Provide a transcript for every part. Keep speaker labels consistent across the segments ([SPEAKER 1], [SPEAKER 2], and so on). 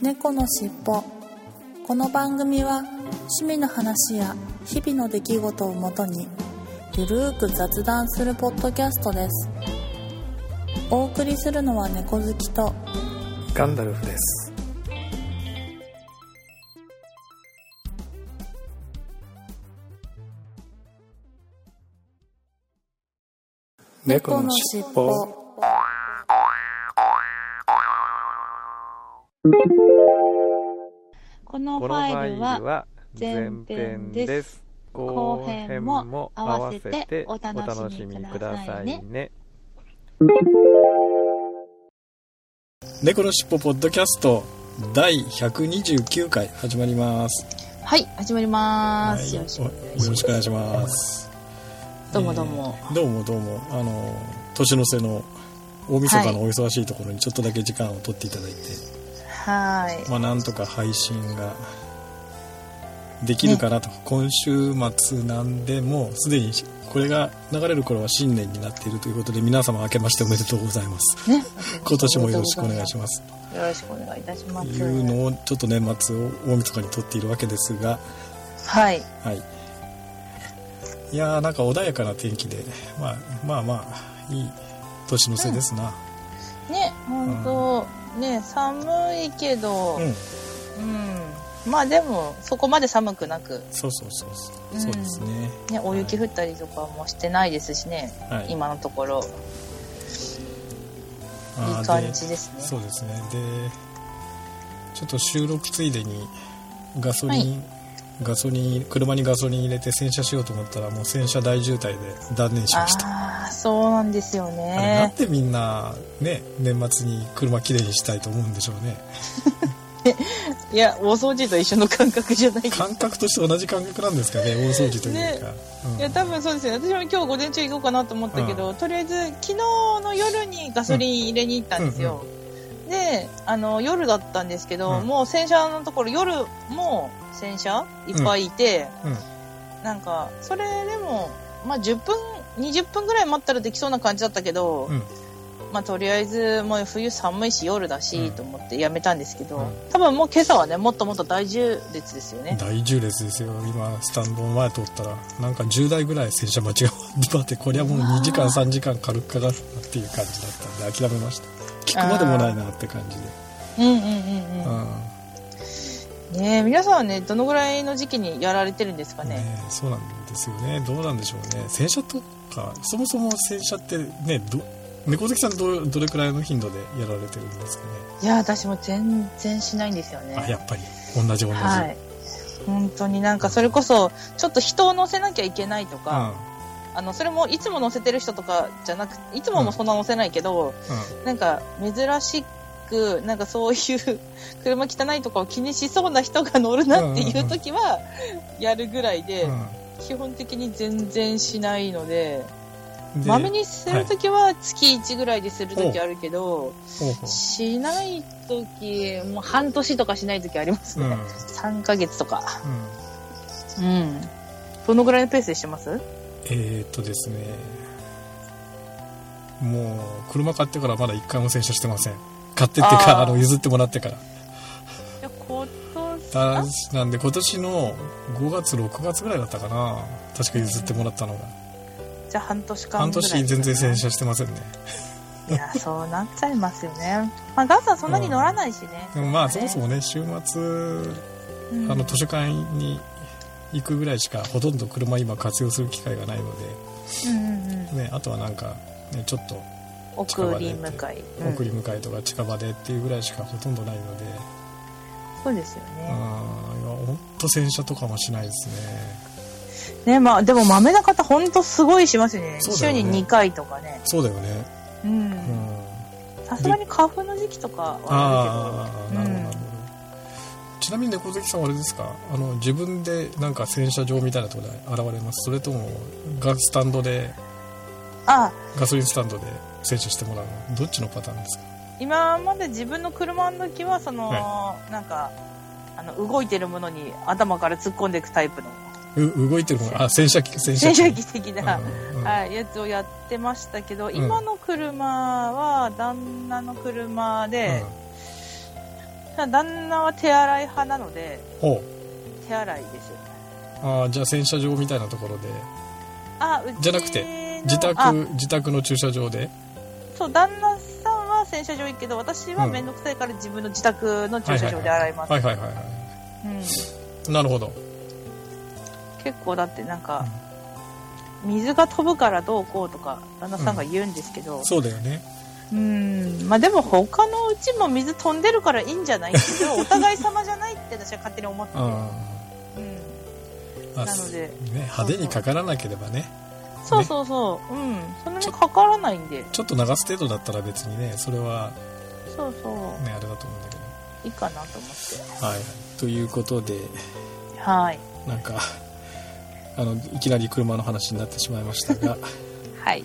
[SPEAKER 1] 猫のしっぽこの番組は趣味の話や日々の出来事をもとにゆるーく雑談するポッドキャストですお送りするのは猫好きと
[SPEAKER 2] ガンダルフです。猫のしっぽ。
[SPEAKER 1] こ
[SPEAKER 3] この
[SPEAKER 1] のフ
[SPEAKER 3] フ
[SPEAKER 1] ァ
[SPEAKER 3] ァ
[SPEAKER 1] イ
[SPEAKER 3] イ
[SPEAKER 1] ル
[SPEAKER 3] ル
[SPEAKER 1] は
[SPEAKER 3] は前編です。後編も合わせてお楽しみくださいね。
[SPEAKER 2] 猫のしっぽポッドキャスト第129回始まります。
[SPEAKER 1] はい始まります、
[SPEAKER 2] はい
[SPEAKER 1] よろしくお願い
[SPEAKER 2] およ
[SPEAKER 1] しま
[SPEAKER 2] ろし
[SPEAKER 1] す
[SPEAKER 2] くお願いします。
[SPEAKER 1] どうもどうも、
[SPEAKER 2] どうもどうも。あの年の瀬の大晦日のお忙しいところにちょっとだけ時間を取っていただいて、
[SPEAKER 1] はい
[SPEAKER 2] まあなんとか配信ができるかなと、今週末なんでもうすでにこれが流れる頃は新年になっているということで皆様明けましておめでとうございます
[SPEAKER 1] ね
[SPEAKER 2] 今年もよろしくお願いします
[SPEAKER 1] すよろしくお願いいたしま
[SPEAKER 2] と
[SPEAKER 1] す
[SPEAKER 2] いうのをちょっと年末を大晦日に撮っているわけですが
[SPEAKER 1] はい
[SPEAKER 2] はいいやーなんか穏やかな天気で、まあ、まあまあいい年の瀬ですな
[SPEAKER 1] ね本当、ね寒いけど、
[SPEAKER 2] うん、
[SPEAKER 1] うんまあでもそこまで寒くなく、
[SPEAKER 2] そうそうそうそう、
[SPEAKER 1] うん
[SPEAKER 2] そうですね
[SPEAKER 1] ね、大雪降ったりとかもしてないですしね、
[SPEAKER 2] はい
[SPEAKER 1] 今のところ
[SPEAKER 2] あー
[SPEAKER 1] いい
[SPEAKER 2] で
[SPEAKER 1] 感じです
[SPEAKER 2] そ
[SPEAKER 1] ね
[SPEAKER 2] うですねでちょっと収録ついでにガソリン、ガソリン車にガソリン入れて洗車しようと思ったらもう洗車大渋滞で断念しましたあ,、
[SPEAKER 1] ああそうなんですよ
[SPEAKER 2] れな
[SPEAKER 1] ね
[SPEAKER 2] んでみんなね年末に車きれいにしたいと思うんでしょう ね
[SPEAKER 1] いや大掃除と一緒の感覚じゃない
[SPEAKER 2] 感覚として同じ感覚なんですかね大掃除というか、うん
[SPEAKER 1] いや多分そうですよ私も今日午前中行こうかなと思ったけど、とりあえず昨日の夜にガソリン入れに行ったんですよ、であの夜だったんですけど、
[SPEAKER 2] うん
[SPEAKER 1] もう洗車のところ夜も洗車いっぱいいて、
[SPEAKER 2] うんうん
[SPEAKER 1] なんかそれでも、まあ、10分20分ぐらい待ったらできそうな感じだったけど、
[SPEAKER 2] うん
[SPEAKER 1] まあ、とりあえずもう冬寒いし夜だし、
[SPEAKER 2] うん
[SPEAKER 1] と思ってやめたんですけど、
[SPEAKER 2] うん
[SPEAKER 1] 多分もう今朝はねもっともっと大渋列ですよね
[SPEAKER 2] 大重列ですよ今スタンドの前通ったらなんか10台ぐらい洗車間違ってこりゃもう2時間3時間軽くかかるなっていう感じだったんで諦めました聞くまでもないなって感じで
[SPEAKER 1] うんうんうんうん
[SPEAKER 2] う
[SPEAKER 1] ねえ皆さんはねどのぐらいの時期にやられてるんですか
[SPEAKER 2] ん、
[SPEAKER 1] ね
[SPEAKER 2] ねえそうなんですよねどうなんでしょうね洗車とかそもそも洗車ってねど猫好きさんどどれくらいの頻度でやられてるんですかね
[SPEAKER 1] いや私も全然しないんですよね
[SPEAKER 2] あやっぱり同じ同じ、
[SPEAKER 1] はい本当になんかそれこそちょっと人を乗せなきゃいけないと
[SPEAKER 2] う
[SPEAKER 1] か、
[SPEAKER 2] ん
[SPEAKER 1] あのそれもいつも乗せてる人とかじゃなくいつももそんな乗せないけど、なんか珍しくなんかそういう 車汚いとかを気にしそうな人が乗るなっていう時はやるぐらいで、
[SPEAKER 2] うん
[SPEAKER 1] 基本的に全然しないので
[SPEAKER 2] うんで
[SPEAKER 1] まめにする時は月1ぐらいでする時あるけど、
[SPEAKER 2] ほうほ
[SPEAKER 1] しない時もう半年とかしない時あります
[SPEAKER 2] うう
[SPEAKER 1] ね、
[SPEAKER 2] んうん
[SPEAKER 1] 3ヶ月とかうんどのぐらいのペースでしてます
[SPEAKER 2] えー、っとですねもう車買ってからまだ1回も洗車してません買ってっていうか
[SPEAKER 1] あー
[SPEAKER 2] あの譲ってもらってから
[SPEAKER 1] いや今年
[SPEAKER 2] だなんで今年の5月6月ぐらいだったかな確か譲ってもらったのが
[SPEAKER 1] じゃあ半年間ぐらい
[SPEAKER 2] 半年全然洗車してませんね
[SPEAKER 1] いやそうなっちゃいますよねまあガンさんそんなに乗らないしね、
[SPEAKER 2] でもまあそもそもね週末
[SPEAKER 1] うん
[SPEAKER 2] あの図書館に行くぐらいしかほとんど車今活用する機会がないの
[SPEAKER 1] うんうんうん
[SPEAKER 2] で、ね、あとはなんか、ね、ちょっと
[SPEAKER 1] 送り迎え、うん
[SPEAKER 2] 送り迎えとか近場でっていうぐらいしかほとんどないので、
[SPEAKER 1] そうですよ
[SPEAKER 2] うん、いや
[SPEAKER 1] ね、
[SPEAKER 2] ほんと洗車とかもしないですね
[SPEAKER 1] ねまあでもまめな方本当すごいしますよね
[SPEAKER 2] そうだ
[SPEAKER 1] 週
[SPEAKER 2] よね
[SPEAKER 1] に2回とかね
[SPEAKER 2] そうだよね
[SPEAKER 1] う
[SPEAKER 2] うんん
[SPEAKER 1] さすがに花粉の時期とかはある
[SPEAKER 2] ああ
[SPEAKER 1] けど
[SPEAKER 2] なるほどなるほ
[SPEAKER 1] うん
[SPEAKER 2] ど、ちなみに猫好きさんはあれですかあの自分でなんか洗車場みたいなところで現れますそれともガスタンドで
[SPEAKER 1] あ
[SPEAKER 2] ガソリンスタンドで洗車してもらうのどっちのパターンですか
[SPEAKER 1] 今まで自分の車の時はその、なんかあの動いてるものに頭から突っ込んでいくタイプの
[SPEAKER 2] う動いてる方があ洗車機洗車
[SPEAKER 1] 洗
[SPEAKER 2] 機
[SPEAKER 1] 車機的
[SPEAKER 2] うん
[SPEAKER 1] な、
[SPEAKER 2] うん
[SPEAKER 1] はい、やつをやってましたけど、
[SPEAKER 2] ん
[SPEAKER 1] 今の車は旦那の車で、ただ旦那は手洗い派なので
[SPEAKER 2] ほう
[SPEAKER 1] 手洗いです
[SPEAKER 2] ああじゃあ洗車場みたいなところで
[SPEAKER 1] あうちの
[SPEAKER 2] じゃなくて自
[SPEAKER 1] あ
[SPEAKER 2] 宅自宅の駐車場で
[SPEAKER 1] そう旦那さんは洗車場行くけど私は面倒くさいから自分の自宅の駐車場で洗います、
[SPEAKER 2] はいはいはいは
[SPEAKER 1] うん、結
[SPEAKER 2] いなるほど
[SPEAKER 1] 構だってなんか、水が飛ぶからどうこうとか旦那さんが言うんですけど、
[SPEAKER 2] そうだよね
[SPEAKER 1] うんまあでも他のうちも水飛んでるからいいんじゃないっ てそれはお互い様じゃないって私は勝手に思ってて、
[SPEAKER 2] あ
[SPEAKER 1] うん、
[SPEAKER 2] ああ
[SPEAKER 1] なので
[SPEAKER 2] ね、派手にかからなければね
[SPEAKER 1] そうそうそう、うんそんなにかからないんで
[SPEAKER 2] ちょっと流す程度だったら別にねそれは
[SPEAKER 1] そうそう
[SPEAKER 2] ねあれだと思うんだけど
[SPEAKER 1] いいかなと思っ
[SPEAKER 2] はいということで
[SPEAKER 1] てはい
[SPEAKER 2] なんかあのいきなり車の話になってしまいましたがは
[SPEAKER 1] はい
[SPEAKER 2] い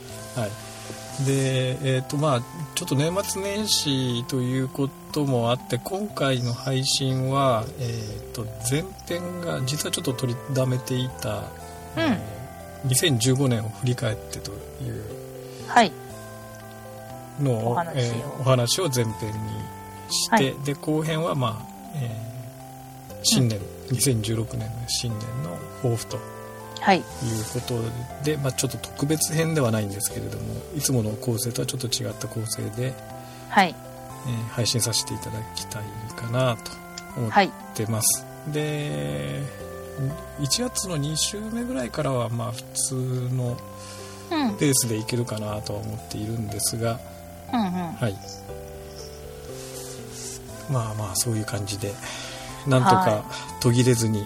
[SPEAKER 2] でえっ、とまあちょっと年末年始ということもあって今回の配信はえっ、と前編が実はちょっと取りだめていた、
[SPEAKER 1] うん
[SPEAKER 2] えー2015年を振り返ってという
[SPEAKER 1] はい
[SPEAKER 2] の
[SPEAKER 1] お
[SPEAKER 2] を
[SPEAKER 1] 話を
[SPEAKER 2] えーお話を前編にして、
[SPEAKER 1] はい
[SPEAKER 2] で後編は、まあえー新年、2016年の新年の抱負とい
[SPEAKER 1] はい、
[SPEAKER 2] うことで、まあ、ちょっと特別編ではないんですけれどもいつもの構成とはちょっと違った構成で、
[SPEAKER 1] はい、
[SPEAKER 2] えー配信させていただきたいかなと思っ
[SPEAKER 1] はい、
[SPEAKER 2] てます、で1月の2週目ぐらいからはまあ普通の
[SPEAKER 1] うん、うん、うん、
[SPEAKER 2] ペースでいけるかなとは思っているんですがはい。まあまあ、そういう感じで、なんとか
[SPEAKER 1] は
[SPEAKER 2] 途切れずに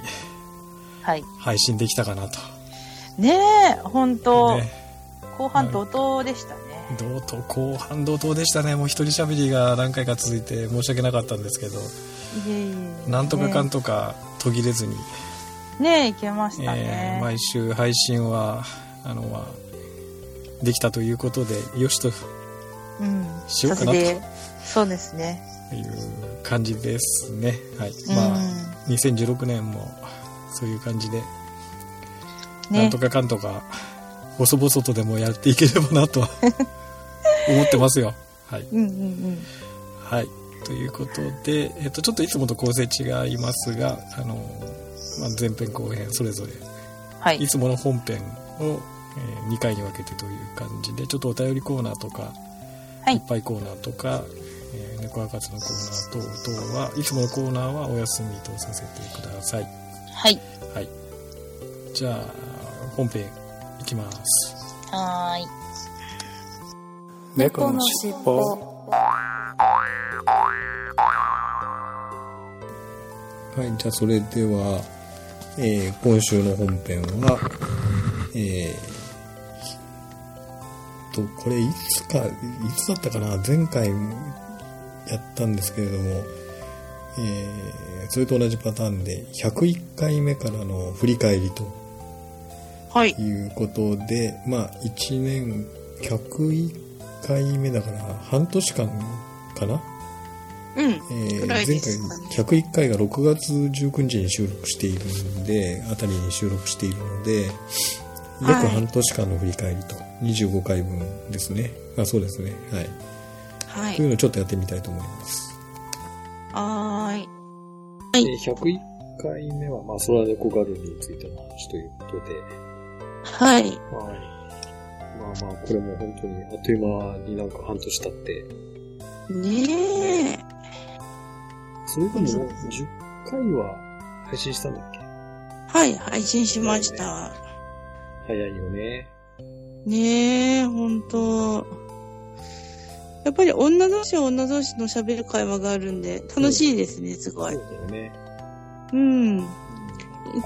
[SPEAKER 1] はい。
[SPEAKER 2] 配信できたかな
[SPEAKER 1] ねえ、本
[SPEAKER 2] と。
[SPEAKER 1] 当、
[SPEAKER 2] ね、
[SPEAKER 1] 後半怒涛でしたね。
[SPEAKER 2] 同等、後半同等でしたね。もう一人喋りが何回か続いて申し訳なかったんですけど、
[SPEAKER 1] いえいえ。
[SPEAKER 2] なんとかかんとか途切れずに、
[SPEAKER 1] ねえ、いけました
[SPEAKER 2] えー
[SPEAKER 1] ね。
[SPEAKER 2] 毎週配信は、あの、まあ、できたということで、よしと
[SPEAKER 1] うん。
[SPEAKER 2] しようかなと
[SPEAKER 1] それでそうですね。
[SPEAKER 2] いう感じですね。はい。
[SPEAKER 1] うん。
[SPEAKER 2] まあ、2016年もそういう感じでなん
[SPEAKER 1] ね
[SPEAKER 2] と。かかんとか、細々とでもやっていければなと は思ってますよ。はい。
[SPEAKER 1] うんうん
[SPEAKER 2] はい。ということで、えっと、ちょっといつもと構成違いますが、あの、まあ、前編後編それぞれ、
[SPEAKER 1] うん。はい
[SPEAKER 2] い。つもの本編を、え2回に分けてという感じで、ちょっとお便りコーナーとか、
[SPEAKER 1] はい
[SPEAKER 2] っぱいコーナーとか、えー猫博士のコーナー等々は、いつものコーナーはお休みとさせてください。
[SPEAKER 1] はい。
[SPEAKER 2] はい。じゃあ、本編いきます。
[SPEAKER 1] はーい。
[SPEAKER 2] 猫
[SPEAKER 4] のしっぽ
[SPEAKER 2] はいじゃあそれでは、えー今週の本編はえーとこれいつかいつだったかな前回やったんですけれども、えーそれと同じパターンで101回目からの振り返りと
[SPEAKER 1] はい
[SPEAKER 2] と。いうことで、まあ、1年101回目だから、半年間かな、
[SPEAKER 1] うん。
[SPEAKER 2] えー
[SPEAKER 1] ぐら
[SPEAKER 2] 前
[SPEAKER 1] い
[SPEAKER 2] 回
[SPEAKER 1] ですかね
[SPEAKER 2] 101回が6月19日に収録しているんで、あたりに収録しているので、
[SPEAKER 1] はい
[SPEAKER 2] 約半年間の振り返りと、25回分ですね。あ、そうですね。はい。
[SPEAKER 1] は
[SPEAKER 2] という
[SPEAKER 1] い。
[SPEAKER 2] のをちょっとやってみたいと思います。
[SPEAKER 1] はーい。
[SPEAKER 2] 101回目は、まあ、空猫ガルについての話ということで、
[SPEAKER 1] はい。
[SPEAKER 2] はい。まあまあ、これも本当にあっという間になんか半年経って、
[SPEAKER 1] ねえ。
[SPEAKER 2] それでも10回は配信したんだっけ
[SPEAKER 1] はい、配信しました。
[SPEAKER 2] 早いよね。
[SPEAKER 5] ねえ、ほんと。やっぱり女同士は女同士の喋る会話があるんで、楽しいですね、すご
[SPEAKER 2] そ。
[SPEAKER 5] いう
[SPEAKER 2] だよね。
[SPEAKER 5] うん。い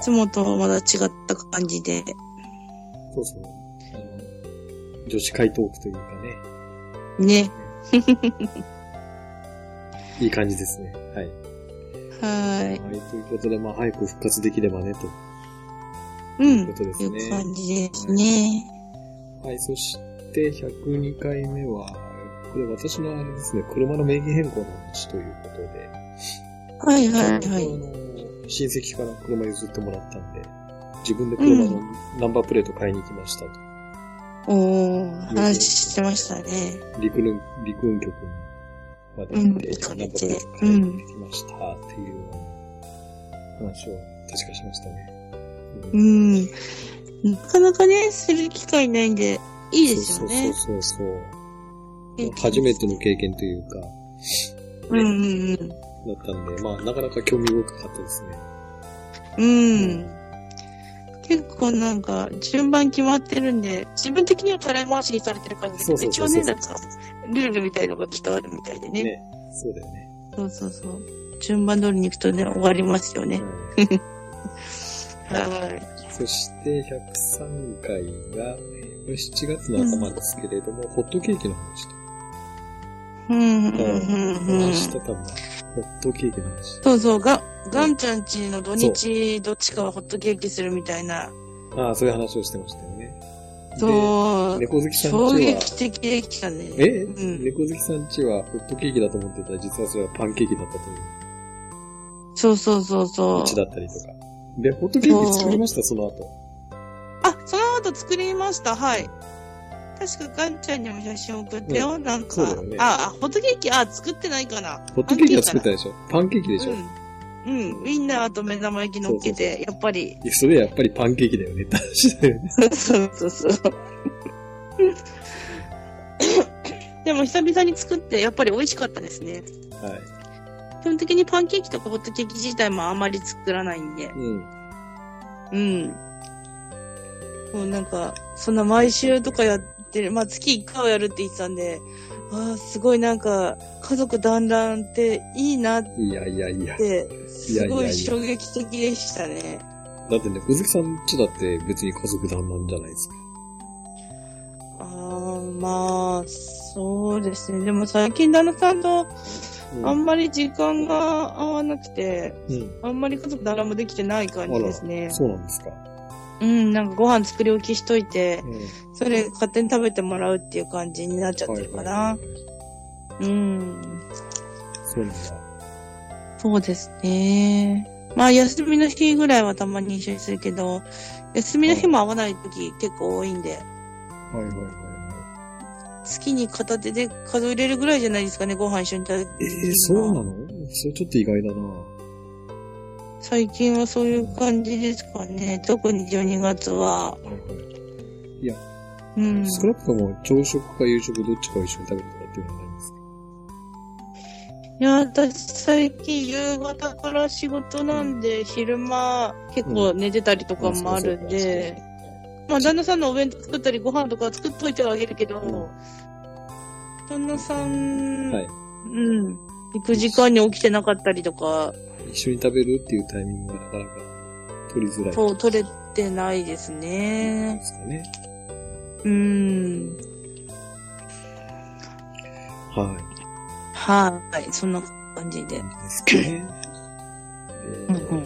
[SPEAKER 5] つもとはまだ違った感じで。
[SPEAKER 2] そうそう。あの女子会トークというかね、
[SPEAKER 5] ね。
[SPEAKER 2] いい感じですね。はい。
[SPEAKER 5] は
[SPEAKER 2] はい、ということで、まあ、早く復活できればね、と
[SPEAKER 5] い。う
[SPEAKER 2] いうんこ。とです
[SPEAKER 5] いう
[SPEAKER 2] ね。
[SPEAKER 5] 感じですね。
[SPEAKER 2] はい、そして102回目は、これ私のあれですね、車の名義変更の話ということで、
[SPEAKER 5] はいはいは
[SPEAKER 2] あ
[SPEAKER 5] い。
[SPEAKER 2] の親戚から車譲ってもらったんで、自分で車のナンバープレート買いに来ましたと。
[SPEAKER 5] おー、話してましたね。
[SPEAKER 2] 陸運、陸運局にまで行って、
[SPEAKER 5] うん
[SPEAKER 2] ナンバープレート買いに行ってきましたっていう話を確かしましたね。
[SPEAKER 1] う。ん。なかなかね、する機会ないんで、いいですよね。
[SPEAKER 2] そうそうそうそうそう。初めての経験というか、
[SPEAKER 1] うんうんうん。
[SPEAKER 2] だったんで、まあ、なかなか興味深かったですね。
[SPEAKER 1] うん。結構なんか、順番決まってるんで、自分的にはたらい回しにされてる感じ
[SPEAKER 2] そう
[SPEAKER 1] で
[SPEAKER 2] そ
[SPEAKER 1] す
[SPEAKER 2] うそう
[SPEAKER 1] 一応
[SPEAKER 2] そう
[SPEAKER 1] ね、なんか、ルールみたいのがきっとあるみたいでね。
[SPEAKER 2] ね。そうだよね。
[SPEAKER 1] そうそうそう。順番通りに行くとね、終わりますよね。
[SPEAKER 2] はい
[SPEAKER 1] は
[SPEAKER 2] そして103回が、これ7月の頭ですけれども、ホットケーキの話と。
[SPEAKER 1] い。うん、うん、うん、う
[SPEAKER 2] 明
[SPEAKER 1] ん。
[SPEAKER 2] 日多分、ホットケーキの話。
[SPEAKER 1] そうそう、が、ガンちゃんちの土日、どっちかはホットケーキするみたいな。
[SPEAKER 2] ああ、そういう話をしてましたよね。
[SPEAKER 1] そ
[SPEAKER 2] で
[SPEAKER 1] う。
[SPEAKER 2] 猫好きさんち
[SPEAKER 1] 衝
[SPEAKER 2] は、
[SPEAKER 1] 撃的でしたね。
[SPEAKER 2] え、
[SPEAKER 1] うん
[SPEAKER 2] 猫好きさんちはホットケーキだと思ってたら、実はそれはパンケーキだったという
[SPEAKER 1] そうそうそうそう
[SPEAKER 2] う。ちだったりとか。で、ホットケーキ作りました、その後。
[SPEAKER 1] あ、その後作りました、はい。確かガンちゃんにも写真送ったよ、なん
[SPEAKER 2] そうだ
[SPEAKER 1] か。
[SPEAKER 2] よね
[SPEAKER 1] あ、あホットケーキ、あ、作ってないかな。
[SPEAKER 2] ホットケーキは作ったでしょパンケーキでしょ、
[SPEAKER 1] う
[SPEAKER 2] い
[SPEAKER 1] ん。うん。ウインナーと目玉焼き乗っけて、やっぱり。
[SPEAKER 2] やそれやっぱりパンケーキだよねって話だよね。
[SPEAKER 1] そうそうそう。でも久々に作って、やっぱり美味しかったですね。
[SPEAKER 2] はい。
[SPEAKER 1] 基本的にパンケーキとかホットケーキ自体もあまり作らないんで。
[SPEAKER 2] うん。
[SPEAKER 1] うん。もうなんか、そんな毎週とかやってる、まあ月1回はやるって言ってたんで、ああ、すごいなんか、家族団らんっていいなっ
[SPEAKER 2] いやいやいや。
[SPEAKER 1] て、す
[SPEAKER 2] いやいやい
[SPEAKER 1] ご
[SPEAKER 2] や
[SPEAKER 1] い衝撃的でしたね。
[SPEAKER 2] だってね、小月さんちだって別に家族団らんじゃないですか。
[SPEAKER 1] ああ、まあ、そうですね。でも最近旦那さんと
[SPEAKER 2] うん
[SPEAKER 1] あんまり時間が合わなくて、
[SPEAKER 2] うん。
[SPEAKER 1] あんまり家族団らんもできてない感じですね。
[SPEAKER 2] そうなんですか。
[SPEAKER 1] うん、なんかご飯作り置きしといて
[SPEAKER 2] う、ん。
[SPEAKER 1] それ勝手に食べてもらうっていう感じになっちゃってるかな。
[SPEAKER 2] はいはいはい
[SPEAKER 1] うん。
[SPEAKER 2] そうなんだ。
[SPEAKER 1] そうですね。まあ、休みの日ぐらいはたまに一緒にするけど、休みの日も合わない時結構多いんで、
[SPEAKER 2] はいはいはいは
[SPEAKER 1] 月に片手で数入れるぐらいじゃないですかね、ご飯一緒に食べて
[SPEAKER 2] い。えー、そうなのそれちょっと意外だな
[SPEAKER 1] 最近はそういう感じですかね。特に12月は。
[SPEAKER 2] はいはい。
[SPEAKER 1] うん。
[SPEAKER 2] 少なくとも朝食か夕食どっちかを一緒に食べるとかっていうのはないんですか
[SPEAKER 1] いや、私最近夕方から仕事なんで、昼間結構寝てたりとかもあるんで、まあ、旦那さんのお弁当作ったり、ご飯とか作っといてはあげるけど、
[SPEAKER 2] うん
[SPEAKER 1] 旦那さん、
[SPEAKER 2] はい
[SPEAKER 1] うん、行く時間に起きてなかったりとか、
[SPEAKER 2] 一緒に食べるっていうタイミングがなかなか取りづらい。
[SPEAKER 1] そう、取れてないですね
[SPEAKER 2] で。すかね。
[SPEAKER 1] うん。
[SPEAKER 2] はい。
[SPEAKER 1] はい、そんな感じで。
[SPEAKER 2] ですかね。
[SPEAKER 1] うん
[SPEAKER 2] で
[SPEAKER 1] うん。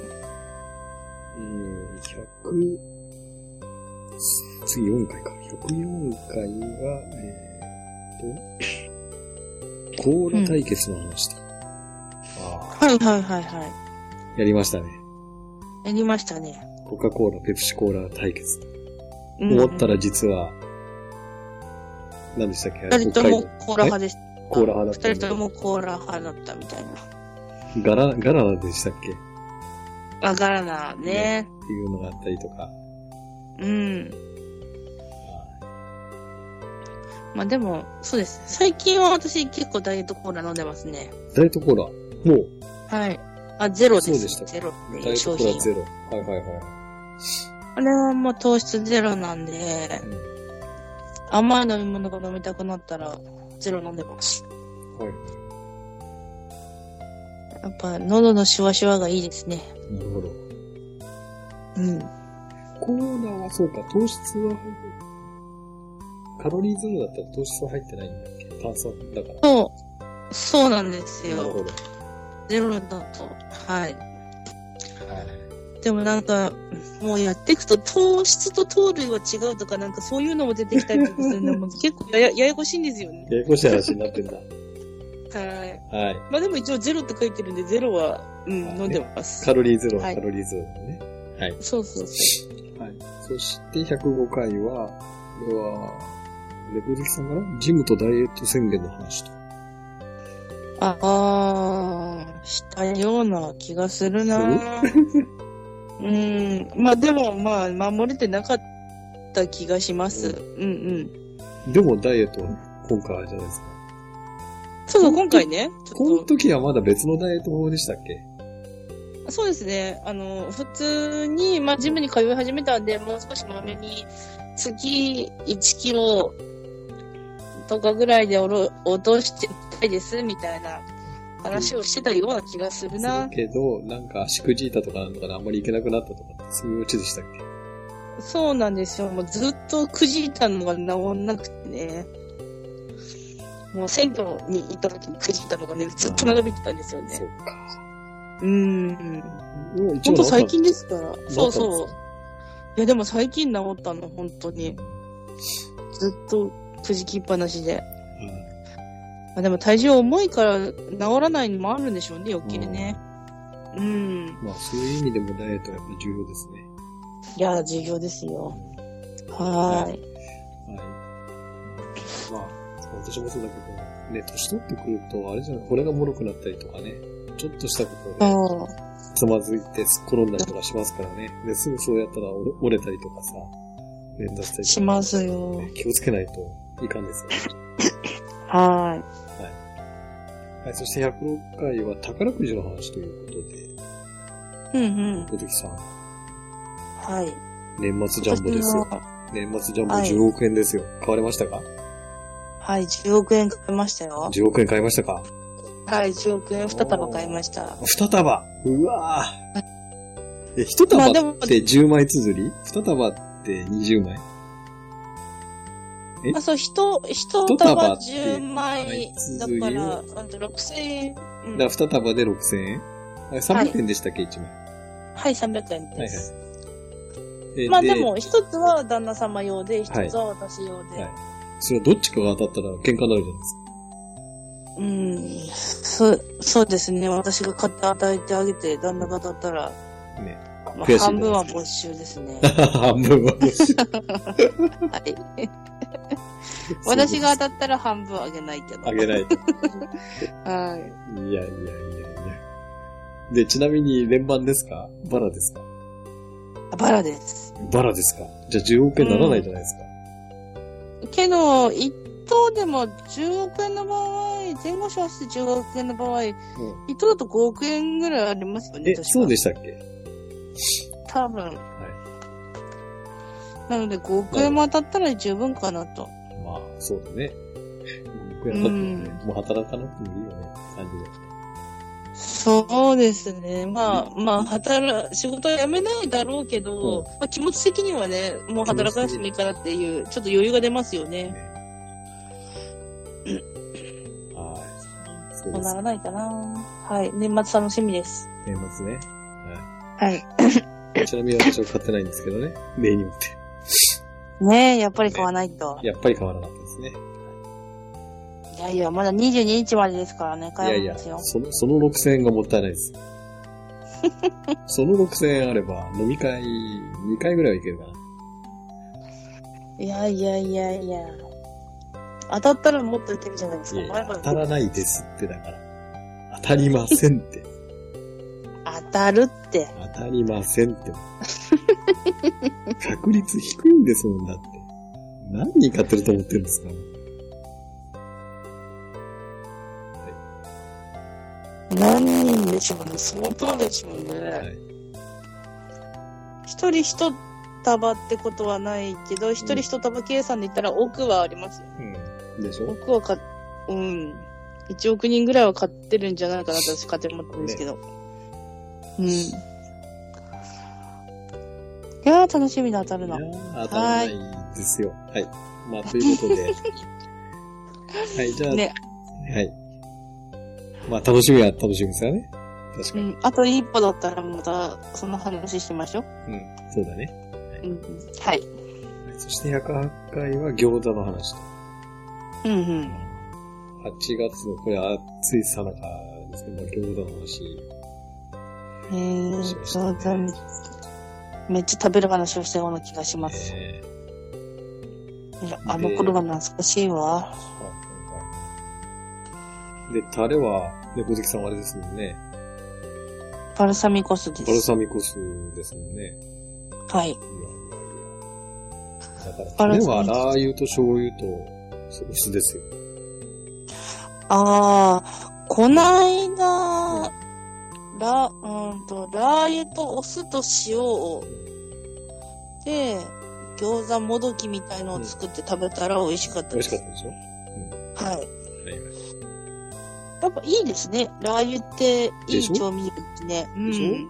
[SPEAKER 2] うん、100、次4回か。104回は、えー、っと、コーラ対決の話と。あ
[SPEAKER 1] はいはいはいは
[SPEAKER 2] あ、やりましたね。
[SPEAKER 1] い。やりましたね。
[SPEAKER 2] コカ・コーラ、ペプシコーラ対決。
[SPEAKER 1] うん
[SPEAKER 2] 思ったら実は、何でしたっけあ
[SPEAKER 1] 二
[SPEAKER 2] れ
[SPEAKER 1] 人
[SPEAKER 2] 北
[SPEAKER 1] と
[SPEAKER 2] 海
[SPEAKER 1] も
[SPEAKER 2] 道。
[SPEAKER 1] コーラ派でした。
[SPEAKER 2] コーラ派だ
[SPEAKER 1] 二
[SPEAKER 2] っ
[SPEAKER 1] 人
[SPEAKER 2] た
[SPEAKER 1] と
[SPEAKER 2] の。
[SPEAKER 1] もコーラ派だったみたいな。
[SPEAKER 2] ガラ、ガラナでしたっけっ
[SPEAKER 1] わからないね。
[SPEAKER 2] ていうのがあったりとか。
[SPEAKER 1] うん。まあでも、そうです。最近は私結構ダイエットコーラ飲んでますね。
[SPEAKER 2] ダイエットコーラ。もう、
[SPEAKER 1] はい。あ、ゼロです。
[SPEAKER 2] そうでした
[SPEAKER 1] ゼロって
[SPEAKER 2] ダイエ
[SPEAKER 1] いう
[SPEAKER 2] ッ
[SPEAKER 1] 商
[SPEAKER 2] トコーラ。ゼ
[SPEAKER 1] 品
[SPEAKER 2] ロ。はいはいは
[SPEAKER 1] あれはもう糖質ゼロなんで、
[SPEAKER 2] うん
[SPEAKER 1] 甘い飲み物が飲みたくなったら、ゼロ飲んでます。
[SPEAKER 2] い。はい。
[SPEAKER 1] やっぱ、喉のシワシワがいいですね。
[SPEAKER 2] なるほど。
[SPEAKER 1] うん。
[SPEAKER 2] コーラはそうか、糖質は入ってる。カロリーゼロだったら糖質は入ってないんだっけ炭酸だから。
[SPEAKER 1] そう。そうなんです
[SPEAKER 2] なるほ
[SPEAKER 1] よ。
[SPEAKER 2] ど。
[SPEAKER 1] ゼロだと。はい。
[SPEAKER 2] はい。
[SPEAKER 1] でもなんか、もうやっていくと糖質と糖類は違うとか、なんかそういうのも出てきたりとかする のも結構ややややこしいんですよね。
[SPEAKER 2] ややこしい話になってんだ。
[SPEAKER 1] はい。
[SPEAKER 2] はい。
[SPEAKER 1] まあでも一応ゼロって書いてるんで、ゼロは、うん、
[SPEAKER 2] はい
[SPEAKER 1] 飲んでます。
[SPEAKER 2] カロリーゼロは
[SPEAKER 1] は
[SPEAKER 2] カ
[SPEAKER 1] い
[SPEAKER 2] ロリーゼロだね。はい。
[SPEAKER 1] そうそうそ
[SPEAKER 2] はい。そして105回は、これは、レコ好きさんかなジムとダイエット宣言の話と。
[SPEAKER 1] う。ああ、したような気がするな うんまあでもまあ守れてなかった気がしますうん
[SPEAKER 2] でもダイエットは今回あれじゃないですか。
[SPEAKER 1] うんそうそう今回ねち
[SPEAKER 2] こ
[SPEAKER 1] ょ
[SPEAKER 2] の
[SPEAKER 1] っと
[SPEAKER 2] 時はまだ別のダイエット法でしたっけ
[SPEAKER 1] そうですねあの普通にまあジムに通い始めたんでもう少しまめに月1キロとかぐらいでおろ落としていきたいですみたいな話をしてたような気がするな
[SPEAKER 2] だけど、なんか足くじいたとかなんとかであんまり行けなくなったとか、そういうオチでしたっけ
[SPEAKER 1] そうなんですよ。もうずっとくじいたのが治んなくてね。もう選挙に行った時にくじいたのがね、ずっと長引いてたんですよね。
[SPEAKER 2] うか。
[SPEAKER 1] うん。
[SPEAKER 2] もう一応
[SPEAKER 1] ほん
[SPEAKER 2] 治ったんで
[SPEAKER 1] と最
[SPEAKER 2] す
[SPEAKER 1] 近ですから。そう
[SPEAKER 2] 治
[SPEAKER 1] そ
[SPEAKER 2] っ
[SPEAKER 1] う。いやでも最近治ったの、本当に。ずっとくじきっぱなしで。まあ、でも体重重いから治らないのもあるんでしょうね、余計ね。うん。
[SPEAKER 2] うんまあそういう意味でもダイエットはやっぱ重要ですね。
[SPEAKER 1] いや、重要ですよ。はーい。
[SPEAKER 2] はい。まあ、私もそうだけど、ね、年取ってくると、あれじゃない、これが脆くなったりとかね、ちょっとしたことで
[SPEAKER 1] そう。
[SPEAKER 2] つまずいて突っ転んだりとかしますからね。で、すぐそうやったら折れ折れたりとかさ、連打したりとか
[SPEAKER 1] しますよ。
[SPEAKER 2] ね気をつけないといかんですよ。
[SPEAKER 1] は
[SPEAKER 2] はい、そして106回は宝くじの話ということで、
[SPEAKER 1] ーい。うんうん。
[SPEAKER 2] 小月さん、
[SPEAKER 1] はい。
[SPEAKER 2] 年末ジャンボですよ
[SPEAKER 1] 私。は
[SPEAKER 2] 年末ジャンボ
[SPEAKER 1] はい
[SPEAKER 2] 10億円ですよ。買われましたか
[SPEAKER 1] はい、10億円買いましたよ。
[SPEAKER 2] ?10 億円買いましたか
[SPEAKER 1] はい、10億円2束買いました。
[SPEAKER 2] 二束うわぁ。え、一束
[SPEAKER 1] まあ
[SPEAKER 2] っ
[SPEAKER 1] でも
[SPEAKER 2] て10枚綴り二束って20枚え
[SPEAKER 1] あ、そう、一、一
[SPEAKER 2] 一
[SPEAKER 1] 束
[SPEAKER 2] 束って
[SPEAKER 1] 10枚。だ
[SPEAKER 2] はい
[SPEAKER 1] から、あと6000円。う
[SPEAKER 2] だ
[SPEAKER 1] ん
[SPEAKER 2] から二束で6000円あれ ?300 円でしたっけ、一枚。
[SPEAKER 1] はい、300円です。
[SPEAKER 2] えー
[SPEAKER 1] まあでも、、一つは旦那様用で、一つは私用
[SPEAKER 2] は
[SPEAKER 1] で。
[SPEAKER 2] いそれはどっちかが当たったら喧嘩になるじゃないですか。
[SPEAKER 1] うん、そ、そうですね。私が買って与えてあげて、旦那がだったら、
[SPEAKER 2] ね。
[SPEAKER 1] ま
[SPEAKER 2] 悔しい
[SPEAKER 1] あ、
[SPEAKER 2] な
[SPEAKER 1] 半分は没収で すね。
[SPEAKER 2] 半分は欲しい。
[SPEAKER 1] はい。 私が当たったら半分あげないけど。
[SPEAKER 2] あげない。い
[SPEAKER 1] はい。
[SPEAKER 2] やいやいやいや。で、ちなみに連番ですかバラですか
[SPEAKER 1] バラです。
[SPEAKER 2] バラですかじゃあ10億円ならないじゃないですか。
[SPEAKER 1] けど、一等でも10億円の場合、前後賞して10億円の場合、一等だと5億円ぐらいありますよね。
[SPEAKER 2] え、
[SPEAKER 1] 確か
[SPEAKER 2] そうでしたっけ
[SPEAKER 1] 多分。なので5億円も当たったら十分かなと。
[SPEAKER 2] まあ、そうだね。僕やったってね、もう働かなくてもいいよね、感じで。
[SPEAKER 1] そうですね。まあ、まあ、働、仕事は辞めないだろうけど、
[SPEAKER 2] うん
[SPEAKER 1] まあ、気持ち的にはね、もう働かなくてもいいかなっていう、ちょっと余裕が出ますよね。
[SPEAKER 2] はい。そう
[SPEAKER 1] そう
[SPEAKER 2] です
[SPEAKER 1] な。らないかな。はい。年末楽しみです。
[SPEAKER 2] 年末ね。
[SPEAKER 1] は い。
[SPEAKER 2] ちなみに私は買ってないんですけどね。例によっ
[SPEAKER 1] ねえ、やっぱり買わないと。
[SPEAKER 2] て。やっぱり買わなかったですね。
[SPEAKER 1] いやいや、まだ22日までですからね、
[SPEAKER 2] い
[SPEAKER 1] 買
[SPEAKER 2] や
[SPEAKER 1] え
[SPEAKER 2] い
[SPEAKER 1] ま
[SPEAKER 2] や、
[SPEAKER 1] すよ。
[SPEAKER 2] その、その6000円がもったいない です。その6000円あれば、飲み会、2回ぐらいはいけるかな。
[SPEAKER 1] いやいやいやいや。当たったらもっといけるじゃないです
[SPEAKER 2] いや
[SPEAKER 1] か。
[SPEAKER 2] いや
[SPEAKER 1] 前々
[SPEAKER 2] 当たらないですって、だから。当たりませんって。
[SPEAKER 1] 当たるって。
[SPEAKER 2] 当たりませんって。確率低いんですもんだって。何人買ってると思ってるんですか
[SPEAKER 1] 何人でしょうね。相当でしょう
[SPEAKER 2] は
[SPEAKER 1] ね。
[SPEAKER 2] い。
[SPEAKER 1] 一人一束ってことはないけど、一人一束計算で言ったら億はありますよ。
[SPEAKER 2] うん。でしょ
[SPEAKER 1] 億はか、うん。1億人ぐらいは買ってるんじゃないかなと私勝手に思ってるんですけど。うん。いやー、楽しみで当たる
[SPEAKER 2] いや
[SPEAKER 1] の。
[SPEAKER 2] ー当たらないですよ。はい。 まあ、ということで。はい、じゃあ、
[SPEAKER 1] ね、
[SPEAKER 2] はい。まあ、楽しみは楽しみですよね。確か
[SPEAKER 1] う
[SPEAKER 2] に。
[SPEAKER 1] ん。あと一歩だったらまた、その話しましょう。
[SPEAKER 2] うん。そうだね。
[SPEAKER 1] うん。はい。
[SPEAKER 2] はいそして108回は餃子の話と。
[SPEAKER 1] うんうん。
[SPEAKER 2] 8月の、これは暑いさなかですけど、まあ餃子の話。
[SPEAKER 1] えー、そうだね。めっちゃ食べる話をしたような気がします。
[SPEAKER 2] えー
[SPEAKER 1] いやあの頃が懐かしいわ。
[SPEAKER 2] まあで、タレは、猫好きさんはあれですもんね。
[SPEAKER 1] バルサミコ酢です。
[SPEAKER 2] バルサミコ酢ですもんね。いやい
[SPEAKER 1] はい。
[SPEAKER 2] やいや。だから、タレはラー油と醤油とお酢ですよ。
[SPEAKER 1] ああ、こないだ、ラ、うんと、ラー油とお酢と塩を、で、餃子もどきみたいのを作って食べたら美味しかった
[SPEAKER 2] 美味
[SPEAKER 1] です。
[SPEAKER 2] しかったでしょ
[SPEAKER 1] はい。
[SPEAKER 2] はいはい。
[SPEAKER 1] やっぱいいですね。ラー油ってい
[SPEAKER 2] で
[SPEAKER 1] い
[SPEAKER 2] しょ
[SPEAKER 1] 調味料ですね。う
[SPEAKER 2] でし
[SPEAKER 1] ん。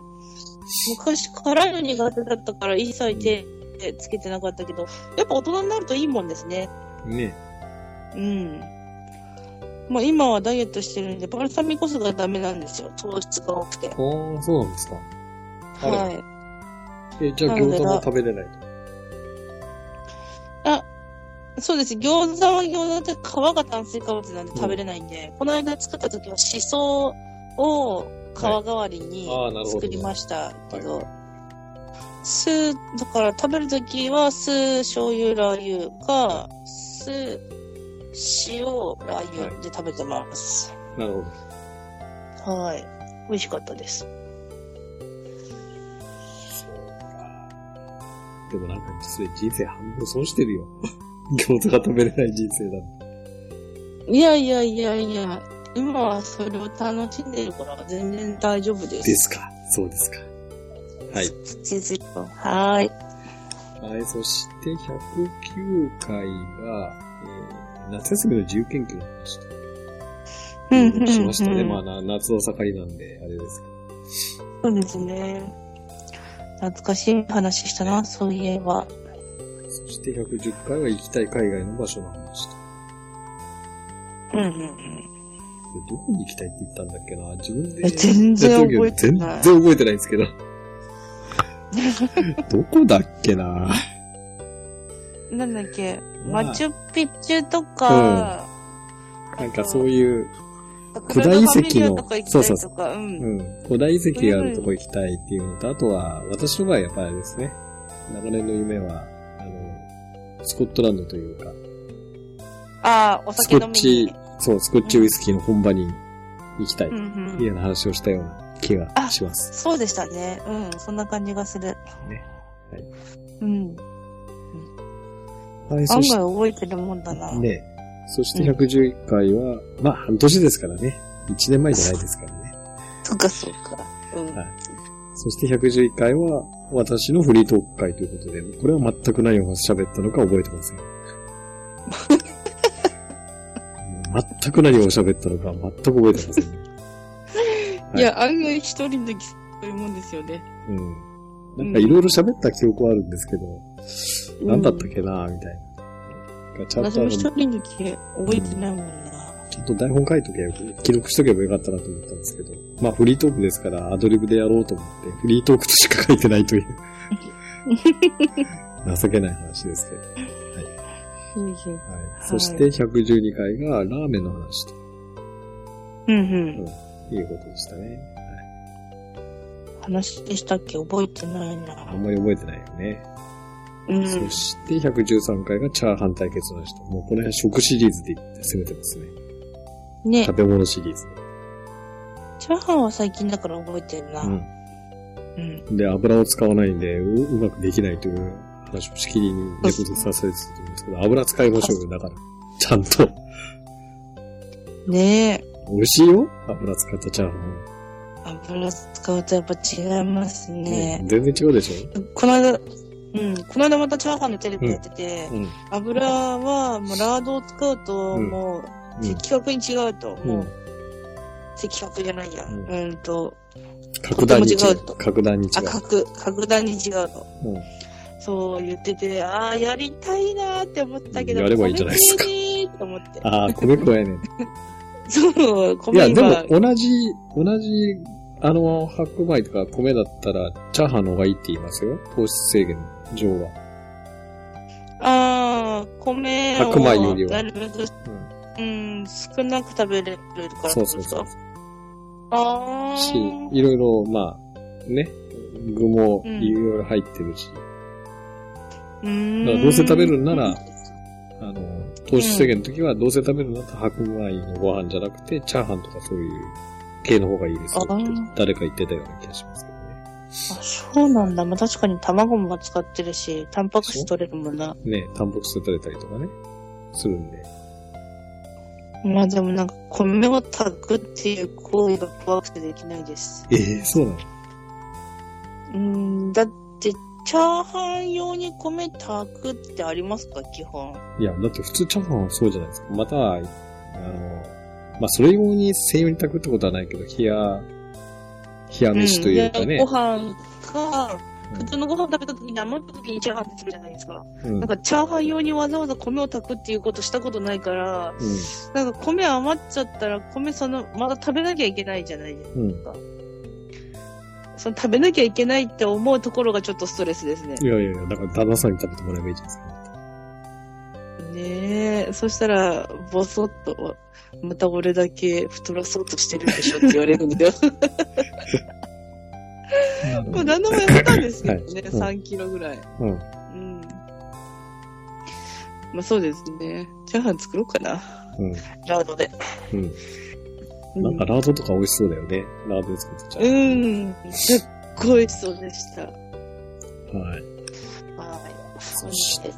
[SPEAKER 1] 昔辛いの苦手だったから一切手でつけてなかったけど、やっぱ大人になるといいもんですね。
[SPEAKER 2] ね
[SPEAKER 1] うん。まあ今はダイエットしてるんで、バルサミコ酢がダメなんですよ。糖質が多くて。
[SPEAKER 2] ああ、そうなんですか。あら
[SPEAKER 1] はい。
[SPEAKER 2] え、じゃあ
[SPEAKER 1] なの
[SPEAKER 2] 餃
[SPEAKER 1] で
[SPEAKER 2] 子も
[SPEAKER 1] ラ
[SPEAKER 2] 食べれないと。
[SPEAKER 1] そうです。餃子は餃子で皮が炭水化物なんで食べれないんで、この間作った時はシソを皮代わりに
[SPEAKER 2] はいあーなるほど
[SPEAKER 1] 作りましたけど、
[SPEAKER 2] は
[SPEAKER 1] 酢、だから食べる時は酢、醤油、ラー油か、酢、塩、ラー油で食べてます。
[SPEAKER 2] なるほど。
[SPEAKER 1] はい。美味しかったです。
[SPEAKER 2] そうか。でもなんかそれ人生半分損してる よ。餃子が食べれない人生だって。
[SPEAKER 1] いやいやいやいや、今はそれを楽しんでるから全然大丈夫です。
[SPEAKER 2] ですか。そうですか。はい。
[SPEAKER 1] 続きははーい。
[SPEAKER 2] はい、そして109回が、えー夏休みの自由研究の話と
[SPEAKER 1] うんうんうん
[SPEAKER 2] しましたね。まあな、夏の盛りなんで、あれですけど。
[SPEAKER 1] そうですね。懐かしい話したな、そういえば。
[SPEAKER 2] そして110回は行きたい海外の場所の話と。
[SPEAKER 1] うんうんうん。
[SPEAKER 2] でどこに行きたいって言ったんだっけな自分で
[SPEAKER 1] え。全然覚えてない
[SPEAKER 2] やった時は全然覚えてないんです けど。どこだっけな
[SPEAKER 1] なんだっけ、
[SPEAKER 2] まあ
[SPEAKER 1] マチュピチュとか、
[SPEAKER 2] なんかそういう、
[SPEAKER 1] 桜
[SPEAKER 2] 古代遺
[SPEAKER 1] の
[SPEAKER 2] 跡の
[SPEAKER 1] ファミリアとか行きた
[SPEAKER 2] そう
[SPEAKER 1] い
[SPEAKER 2] そう
[SPEAKER 1] とか、うん。
[SPEAKER 2] うん、古代遺跡があるとこ行きたいっていうのと、あとは、私の場合はやっぱりあれですね。長年の夢は、あの、スコットランドというか、
[SPEAKER 1] ああ、お
[SPEAKER 2] ス
[SPEAKER 1] 酒
[SPEAKER 2] コ
[SPEAKER 1] 飲
[SPEAKER 2] ッ
[SPEAKER 1] みに
[SPEAKER 2] チ。、そう、スコッチウイスキーの本場に行きたい、
[SPEAKER 1] うん
[SPEAKER 2] っ
[SPEAKER 1] うん
[SPEAKER 2] ていうような話をしたような気がします。
[SPEAKER 1] そうでしたね。うん、そんな感じがする。
[SPEAKER 2] ねはい
[SPEAKER 1] うん。
[SPEAKER 2] はい、
[SPEAKER 1] 案
[SPEAKER 2] そして、
[SPEAKER 1] 外覚えてるもんだな。
[SPEAKER 2] ね、そして111回は、まあ、半年ですからね。1年前じゃないですからね。
[SPEAKER 1] そっかそっか。うん。
[SPEAKER 2] はいそして111回は、私のフリートーク会ということで、これは全く何を喋ったのか覚えてま せん。全く何を喋ったのか全く覚 えてませんね。はい
[SPEAKER 6] いや、案外一人の時そういうもんですよね。
[SPEAKER 2] うん。なんかいろいろ喋った記憶はあるんですけど、
[SPEAKER 6] うん
[SPEAKER 2] 何だったっけなみたいな。ちゃん
[SPEAKER 6] 私
[SPEAKER 2] とあ
[SPEAKER 6] も
[SPEAKER 2] の、
[SPEAKER 6] 一
[SPEAKER 2] ち
[SPEAKER 6] 人の時覚えてないもんな。
[SPEAKER 2] ゃんと台本書いとけばよく、記録しとけばよかったなと思ったんですけど、まあフリートークですからアドリブでやろうと思って、フリートークとしか書いてないという。情けない話ですけど。
[SPEAKER 6] いやいや
[SPEAKER 2] はい。そして112回がラーメンの話と
[SPEAKER 1] うんうん。
[SPEAKER 2] いうことでしたね。
[SPEAKER 1] 話でしたっけ覚えてない
[SPEAKER 2] あ
[SPEAKER 1] な。
[SPEAKER 2] んまり覚えてないよね。
[SPEAKER 1] うん。
[SPEAKER 2] そして113回がチャーハン対決の話と。もうこの辺食シリーズで攻めてますね。
[SPEAKER 1] ね、
[SPEAKER 2] 食べ物シリーズ。
[SPEAKER 1] チャーハンは最近だから覚えてるな。
[SPEAKER 2] う
[SPEAKER 1] うん。
[SPEAKER 2] ん。で、油を使わないんでう、うまくできないという話をしきりにレポートさせてるんですけど、油使いましょうよ、だから。ちゃんと。
[SPEAKER 1] ねえ、
[SPEAKER 2] 美味しいよ油使ったチャーハン。
[SPEAKER 1] 油使うとやっぱ違いますね。
[SPEAKER 2] うん全然違うでし
[SPEAKER 1] この間、うん、この間またチャーハンのテレビでやってて
[SPEAKER 2] ょ、うん。
[SPEAKER 1] 油はもうラードを使うと、
[SPEAKER 2] うん
[SPEAKER 1] もう、
[SPEAKER 2] うん。
[SPEAKER 1] 的確に違うと、
[SPEAKER 2] う
[SPEAKER 1] も
[SPEAKER 2] ん
[SPEAKER 1] う、的確じゃないや。
[SPEAKER 2] う
[SPEAKER 1] うんん、と、
[SPEAKER 2] 格段に違
[SPEAKER 1] とても違う
[SPEAKER 2] う。
[SPEAKER 1] と
[SPEAKER 2] 格段に違
[SPEAKER 1] あ、
[SPEAKER 2] う。
[SPEAKER 1] 格、格段に違うと。
[SPEAKER 2] うん
[SPEAKER 1] そう言ってて、ああ、やりたいなーって思ったけど、
[SPEAKER 2] やればいいんじゃないですか
[SPEAKER 1] 米粉いいと思って。
[SPEAKER 2] ああ、 米粉やね。
[SPEAKER 1] そう、
[SPEAKER 2] いや、で
[SPEAKER 1] 米が
[SPEAKER 2] も、同じ、同じ、あの、白米とか米だったら、チャーハンの方がいいって言いますよ。糖質制限上は。
[SPEAKER 1] ああ、米を
[SPEAKER 2] 白米よりは
[SPEAKER 1] なるべく、うん、少なく食べれるから
[SPEAKER 2] そうそうそう
[SPEAKER 1] ってことですか。ああ。
[SPEAKER 2] し、いろいろ、まあ、ね、具も
[SPEAKER 1] うん
[SPEAKER 2] いろいろ入ってるし。
[SPEAKER 1] うん
[SPEAKER 2] だからどうせ食べるんなら、あの、糖質制限の時は、どうせ食べるんだったら白米のご飯じゃなくて、チャーハンとかそういう系の方がいいですよって誰か言ってたような気がしますけどね。
[SPEAKER 1] あ、そうなんだ。まあ、確かに卵も使ってるし、タンパク質取れるもんな。
[SPEAKER 2] ねタンパク質取れたりとかね、するんで。
[SPEAKER 1] まあでもなんか、米を炊くっていう行為が怖くてできないです。
[SPEAKER 2] ええそうなの
[SPEAKER 1] うん、だって、チャーハン用に米炊くってありますか基本。
[SPEAKER 2] いや、だって普通チャーハンはそうじゃないですか。または、あの、まあ、それ用に専用に炊くってことはないけど、冷や、冷や飯というか
[SPEAKER 1] ん
[SPEAKER 2] ね
[SPEAKER 1] で。ご飯か、
[SPEAKER 2] うん
[SPEAKER 1] 普通のご飯食べた時に余った時にチャーハンってするじゃないですか。
[SPEAKER 2] うん
[SPEAKER 1] なんかチャーハン用にわざわざ米を炊くっていうことしたことないから、なんか米余っちゃったら米その、まだ食べなきゃいけないじゃないです
[SPEAKER 2] うん。うん。
[SPEAKER 1] か。その食べなきゃいけないって思うところがちょっとストレスですね。
[SPEAKER 2] いやいやいや、だから旦那さんに食べてもらえばいいじゃないですか。
[SPEAKER 1] ねえ、そしたら、ぼそっと、また俺だけ太らそうとしてるでしょって言われるん だよ。もう何度もやめたんですけどね、
[SPEAKER 2] はいうん
[SPEAKER 1] 3キロぐらい。
[SPEAKER 2] うん
[SPEAKER 1] うん。まあそうですね。チャーハン作ろうかな。ラードで。
[SPEAKER 2] うん。
[SPEAKER 1] う
[SPEAKER 2] うん。なん
[SPEAKER 1] ん
[SPEAKER 2] か。ラードとか美味しそうだよね。ラードで作ってちゃ
[SPEAKER 1] う。ん。すっごいそうでした。は
[SPEAKER 2] はい。
[SPEAKER 1] い。
[SPEAKER 2] そしで、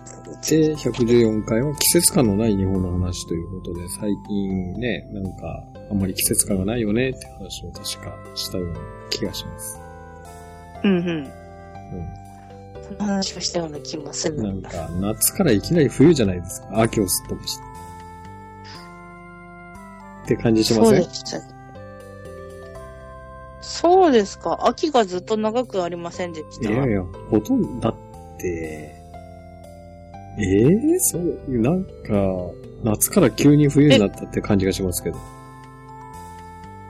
[SPEAKER 2] 114回は季節感のない日本の話ということで、最近ね、なんか、あんまり季節感がないよねって話を確かしたような気がします。
[SPEAKER 1] うんうん。
[SPEAKER 2] うん。
[SPEAKER 1] その話をしたような気もする
[SPEAKER 2] なんか、夏からいきなり冬じゃないですか。秋をすっ飛ばして。って感じしま
[SPEAKER 1] そう
[SPEAKER 2] せん
[SPEAKER 1] でした。そうですか。秋がずっと長くありませんでした。
[SPEAKER 2] いやいや、ほとんど、だって、ええそう、なんか、夏から急に冬になったって感じがしますけど。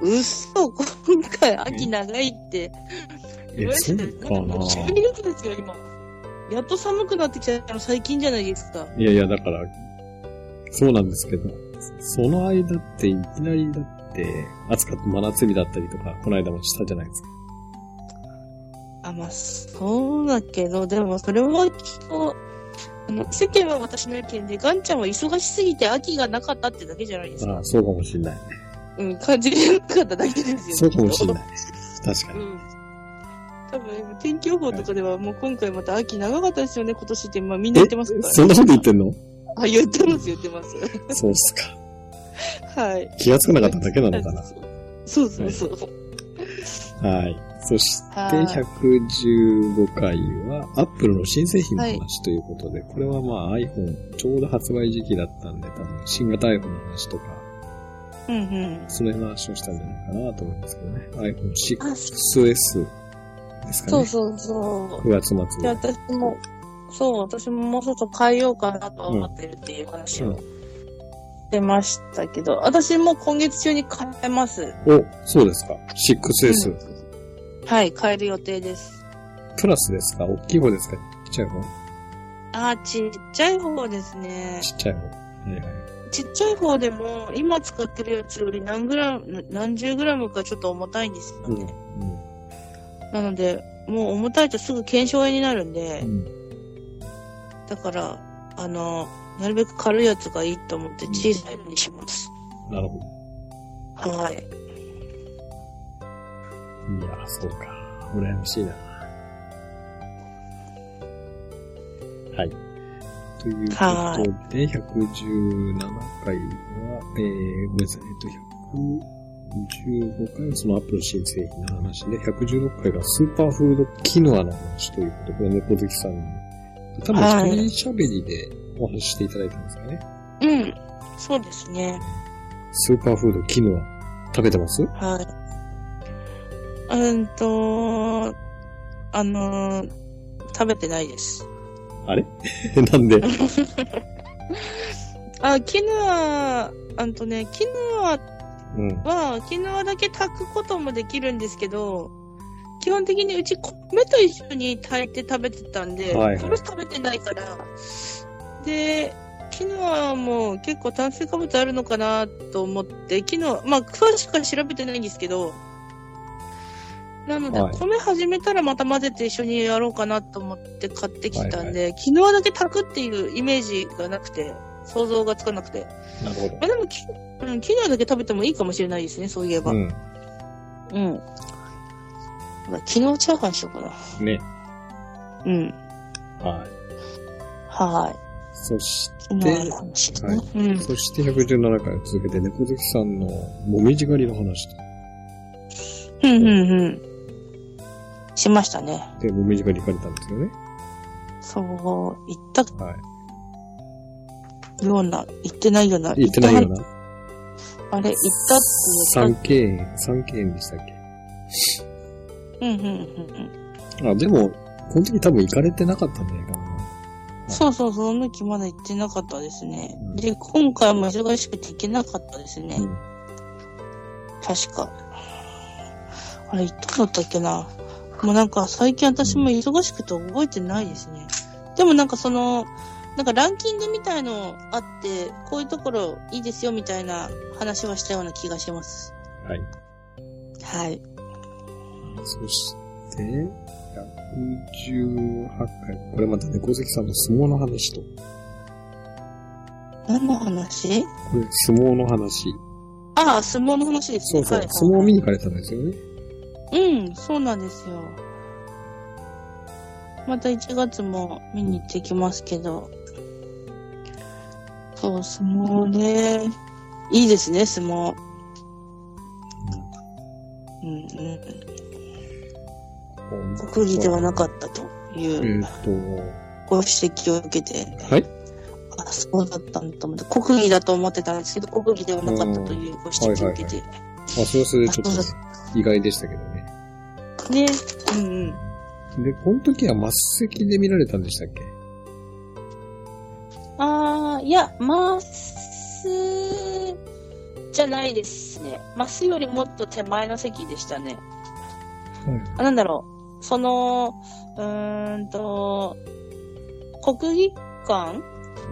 [SPEAKER 1] 嘘、今回秋長いって。
[SPEAKER 2] え、そうかな
[SPEAKER 1] 12月ですよ、今。やっと寒くなってきたの最近じゃないですか。
[SPEAKER 2] いやいや、だから、そうなんですけど、その間っていきなりだって、暑かった真夏日だったりとか、この間もしたじゃないですか。
[SPEAKER 1] あ、まあ、そうだけど、でもそれはきっと、あの世間は私の意見で、ガンちゃんは忙しすぎて秋がなかったってだけじゃないですか。
[SPEAKER 2] ああ、そうかもしんない。
[SPEAKER 1] うん、感じれなかっただけですよ、
[SPEAKER 2] そうかもしん
[SPEAKER 1] きっと
[SPEAKER 2] ない。確かに。
[SPEAKER 1] うん多分、天気予報とかでは、もう今回また秋長かったですよね、今年って。まあみんな言ってますから。
[SPEAKER 2] そんなこと言ってんの
[SPEAKER 1] あ、言ってます、言ってます。
[SPEAKER 2] そうっすか。
[SPEAKER 1] はい。
[SPEAKER 2] 気がつかなかっただけなのかな。
[SPEAKER 1] そうそうそう。
[SPEAKER 2] はい。そして、
[SPEAKER 1] はい
[SPEAKER 2] 115回は、アップルの新製品の話ということで、これはまあ iPhone、ちょうど発売時期だったんで、多分、新型 iPhone の話とか、
[SPEAKER 1] うんうん。
[SPEAKER 2] その辺の話をしたんじゃないかなと思いますけどね。iPhone6S
[SPEAKER 1] あ、そ
[SPEAKER 2] ですか
[SPEAKER 1] そ
[SPEAKER 2] ね。
[SPEAKER 1] うそうそ
[SPEAKER 2] 9月
[SPEAKER 1] う。
[SPEAKER 2] 末
[SPEAKER 1] で、
[SPEAKER 2] で。
[SPEAKER 1] 私も、そう、私ももうちょっと変えようかなと思ってるっていう話をしてましたけど、私も今月中に変えます。
[SPEAKER 2] お、そうですか。6S、
[SPEAKER 1] はい、変える予定です。
[SPEAKER 2] プラスですか大きい方ですかちっちゃい方
[SPEAKER 1] あ、ちっちゃい方ですね。
[SPEAKER 2] ちっちゃい方。はいはい。
[SPEAKER 1] ちっちゃい方でも、今使ってるやつより何グラム、何十グラムかちょっと重たいんですよ
[SPEAKER 2] うん。
[SPEAKER 1] ね。なので、もう重たいとすぐ腱鞘炎になるんで、
[SPEAKER 2] うん。
[SPEAKER 1] だから、あの、なるべく軽いやつがいいと思って小さいのにします。
[SPEAKER 2] うん。なるほど。
[SPEAKER 1] はい。
[SPEAKER 2] いや、そうか。羨ましいな。はい。という
[SPEAKER 1] は
[SPEAKER 2] ことで、117回は、えー、ごめんなさい、えっと、115回はそのアップル新製品の話で、116回がスーパーフードキノアの話ということで、これ猫好きさんに、多
[SPEAKER 1] はい
[SPEAKER 2] 分一人喋りでお話ししていただいたんですかね。
[SPEAKER 1] うん。そうですね。
[SPEAKER 2] スーパーフードキノア、食べてます
[SPEAKER 1] はい。うんと、あの、食べてないです。
[SPEAKER 2] あれなんで
[SPEAKER 1] あ、キヌア、あんとね、キヌア
[SPEAKER 2] うん。
[SPEAKER 1] は、キヌアだけ炊くこともできるんですけど、基本的にうち米と一緒に炊いて食べてたんで、
[SPEAKER 2] はいはい
[SPEAKER 1] 米食べてないから、で、キヌアも結構炭水化物あるのかなと思って、キヌア、まあ詳しくは調べてないんですけど、なので、
[SPEAKER 2] はい
[SPEAKER 1] 米始めたらまた混ぜて一緒にやろうかなと思って買ってきたんで、キヌアだけ炊くっていうイメージがなくて、想像がつかなくて。
[SPEAKER 2] なるほど
[SPEAKER 1] まあ、。でもき、うん、キヌアだけ食べてもいいかもしれないですね、そういえば。
[SPEAKER 2] う
[SPEAKER 1] うん。
[SPEAKER 2] ん。
[SPEAKER 1] 昨日チャーハンしようかな。
[SPEAKER 2] ね。
[SPEAKER 1] うん。
[SPEAKER 2] はい。
[SPEAKER 1] は
[SPEAKER 2] そし
[SPEAKER 1] い。今あるかもしれない。
[SPEAKER 2] は
[SPEAKER 1] うん。
[SPEAKER 2] そして117回続けて猫好きさんのもみじ狩りの話
[SPEAKER 1] うんうんうん。しましたね。
[SPEAKER 2] で、もみじ狩り行かれたんですよね。
[SPEAKER 1] そう、行った
[SPEAKER 2] は
[SPEAKER 1] ような、行ってないような、
[SPEAKER 2] い。行ってないよう
[SPEAKER 1] 行っ
[SPEAKER 2] な。
[SPEAKER 1] たあれ、行った
[SPEAKER 2] 三
[SPEAKER 1] って言っ
[SPEAKER 2] 軒、三軒でしたっけ
[SPEAKER 1] た。うんうんうん
[SPEAKER 2] あ、でも、この時多分行かれてなかったんじゃないかな。
[SPEAKER 1] うん。そうそう、その時まだ行ってなかったですね
[SPEAKER 2] うん。
[SPEAKER 1] で、今回も忙しくて行けなかったですね。
[SPEAKER 2] うん
[SPEAKER 1] 確か。あれ、行ったんだったっけな。もうなんか最近私も忙しくて覚えてないですね。でもなんかその、なんかランキングみたいのあって、こういうところいいですよみたいな話はしたような気がします。
[SPEAKER 2] はい。
[SPEAKER 1] はい。
[SPEAKER 2] そして、118回。これまた猫好きさんの相撲の話と。
[SPEAKER 1] 何の話
[SPEAKER 2] これ、相撲の話。
[SPEAKER 1] ああ、相撲の話です
[SPEAKER 2] そ
[SPEAKER 1] ね。
[SPEAKER 2] うそう
[SPEAKER 1] はい。
[SPEAKER 2] 相撲見に行かれたんですよね。
[SPEAKER 1] うん、そうなんですよ。また1月も見に行ってきますけど。そう、相撲ね。いいですね、相撲。うんうん。国技ではなかったと
[SPEAKER 2] え
[SPEAKER 1] いう
[SPEAKER 2] ーっと、
[SPEAKER 1] ご指摘を受けて、
[SPEAKER 2] はい。
[SPEAKER 1] あ、そうだったんだと思って、国技だと思ってたんですけど、国技ではなかったというご指摘を受けて。
[SPEAKER 2] あ、それはそれでちょっとね、意外でしたけどね。
[SPEAKER 1] ね、うんうん。
[SPEAKER 2] で、この時は末席で見られたんでしたっけ
[SPEAKER 1] あー、いや、マスじゃないですね。マスよりもっと手前の席でしたね。あ、なんだろう。その、うーんと、国技館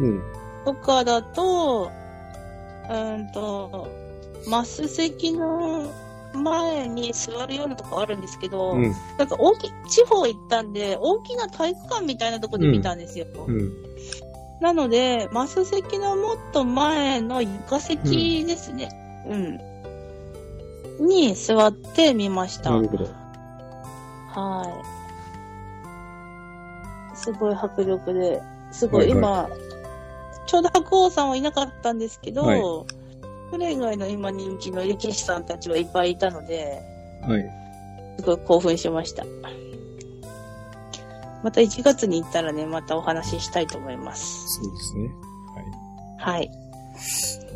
[SPEAKER 2] うん。
[SPEAKER 1] とかだと、うーんと、マス席の前に座るようなとこあるんですけど、
[SPEAKER 2] うん。
[SPEAKER 1] なんか大きい、地方行ったんで、大きな体育館みたいなとこで見たんですよ。
[SPEAKER 2] うん。
[SPEAKER 1] なので、マス席のもっと前の床席ですね。うん。に座ってみました。
[SPEAKER 2] な
[SPEAKER 1] は
[SPEAKER 2] るほど。
[SPEAKER 1] い。すごい迫力で、すごい、
[SPEAKER 2] はい
[SPEAKER 1] 今、ちょうど白鵬さんはいなかったんですけど、
[SPEAKER 2] はい
[SPEAKER 1] それ以外の今人気の力士さんたちはいっぱいいたので、
[SPEAKER 2] はい。
[SPEAKER 1] すごい興奮しました。また1月に行ったらね、またお話ししたいと思います。
[SPEAKER 2] そうですね。
[SPEAKER 1] はい。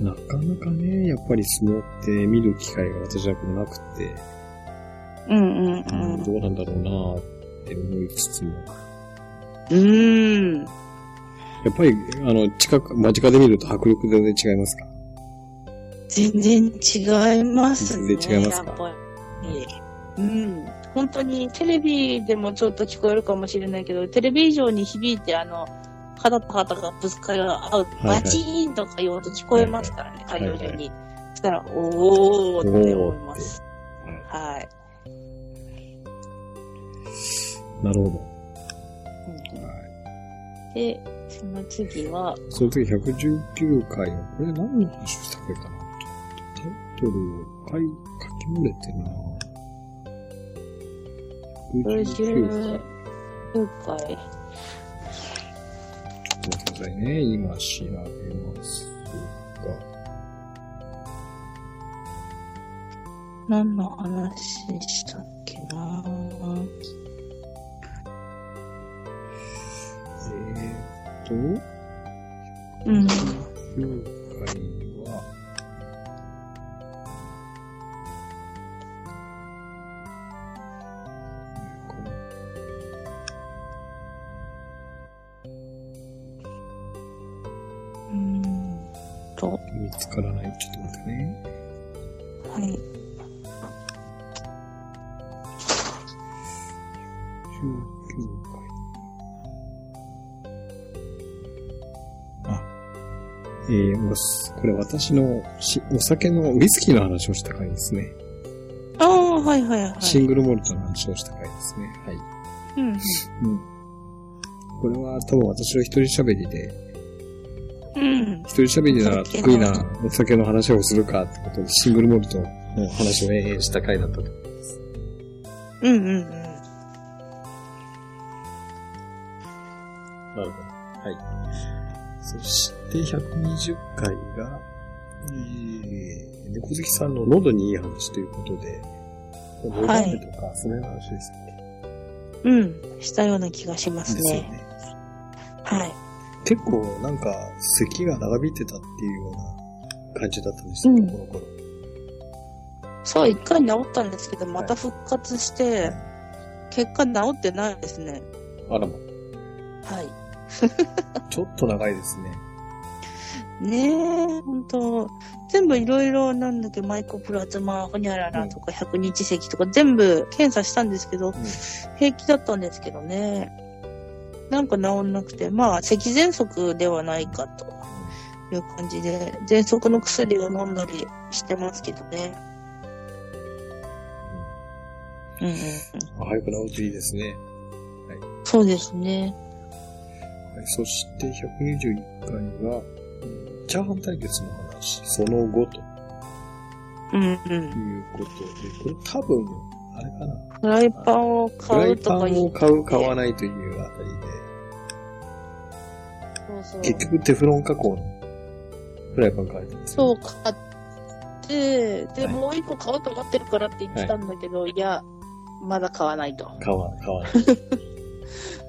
[SPEAKER 2] なかなかね、やっぱり相撲って見る機会が私はなくて、
[SPEAKER 1] うんうんうん。
[SPEAKER 2] どうなんだろうなーって思いつつも、
[SPEAKER 1] うーん。
[SPEAKER 2] やっぱり、あの、近く、間近で見ると迫力全然違いますか
[SPEAKER 1] 全然違いますね。
[SPEAKER 2] 全然違いますか
[SPEAKER 1] やっぱりうん。本当にテレビでもちょっと聞こえるかもしれないけど、テレビ以上に響いて、あの、肌と肌がぶつかり合う、
[SPEAKER 2] いはい
[SPEAKER 1] バチーンとかいう音聞こえますからね、
[SPEAKER 2] い
[SPEAKER 1] 会
[SPEAKER 2] はい
[SPEAKER 1] 場中に。そしたら、おーって思います。はい。
[SPEAKER 2] なるほど。
[SPEAKER 1] うん
[SPEAKER 2] はい。
[SPEAKER 1] で、その次は、
[SPEAKER 2] その時119回は、これ何の話をしたっけかなタイトルを書い、書き漏れてるな
[SPEAKER 1] 59
[SPEAKER 2] 119回。
[SPEAKER 1] 回。
[SPEAKER 2] ごめんなさいね。今調べますが。
[SPEAKER 1] 何の話したっけな
[SPEAKER 2] えーっと、
[SPEAKER 1] うん。
[SPEAKER 2] 9回は、これ
[SPEAKER 1] うんと、
[SPEAKER 2] 見つからない。ちょっと待ってね。
[SPEAKER 1] はい。
[SPEAKER 2] 19回。あ、えー、おすこれ私のしお酒のウイスキーの話をした回ですね。
[SPEAKER 1] ああ、はいはいはい。
[SPEAKER 2] シングルモルトの話をした回ですね。はい。
[SPEAKER 1] うんうん。
[SPEAKER 2] うん。これは多分私の一人喋りで、
[SPEAKER 1] うん。
[SPEAKER 2] 一人喋りなら得意なお酒の話をするかってことで、シングルモルトの話を延々した回だったと。
[SPEAKER 1] うんうんうん。
[SPEAKER 2] なるほど。はい。そして、120回が、えー、猫好きさんの喉にいい話ということで、喉
[SPEAKER 1] はい
[SPEAKER 2] 飴とか、そのような話ですよね。
[SPEAKER 1] うん。したような気がします
[SPEAKER 2] ですよ
[SPEAKER 1] ね。
[SPEAKER 2] ね。
[SPEAKER 1] はい。
[SPEAKER 2] 結構、なんか、咳が長引いてたっていうような感じだったんですよ、
[SPEAKER 1] うん
[SPEAKER 2] この頃。
[SPEAKER 1] そう、一回治ったんですけど、また復活して、結果治ってないですね。
[SPEAKER 2] あらま、
[SPEAKER 1] はい。
[SPEAKER 2] ちょっと長いですね。
[SPEAKER 1] ねえ、ほんと。全部いろいろなんだっけ、マイコプラズマ、ホニャララとか、百日咳とか、全部検査したんですけど、平気だったんですけどね。なんか治んなくて、まあ、咳喘息ではないかという感じで、喘息の薬を飲んだりしてますけどね。うんうんうん。
[SPEAKER 2] あ早く治るといいですね。
[SPEAKER 1] そうですね。
[SPEAKER 2] はい、そして、121回が、うんチャーハン対決の話、その後と
[SPEAKER 1] うんう
[SPEAKER 2] と
[SPEAKER 1] ん。
[SPEAKER 2] いうことで、これ多分、あれかな。
[SPEAKER 1] フライパンを
[SPEAKER 2] フラ
[SPEAKER 1] 買
[SPEAKER 2] イ
[SPEAKER 1] う
[SPEAKER 2] パ
[SPEAKER 1] とか
[SPEAKER 2] ン
[SPEAKER 1] 言
[SPEAKER 2] を
[SPEAKER 1] う。
[SPEAKER 2] 買う、買わないというあたり
[SPEAKER 1] そうそう
[SPEAKER 2] で、結局テフロン加工のフライパン買われたんです。
[SPEAKER 1] そうう、買って、で、
[SPEAKER 2] はい
[SPEAKER 1] もう一個買おうと思ってるからって言ってたんだけど、い、や、まだ買わないと。
[SPEAKER 2] 買わない、買わない。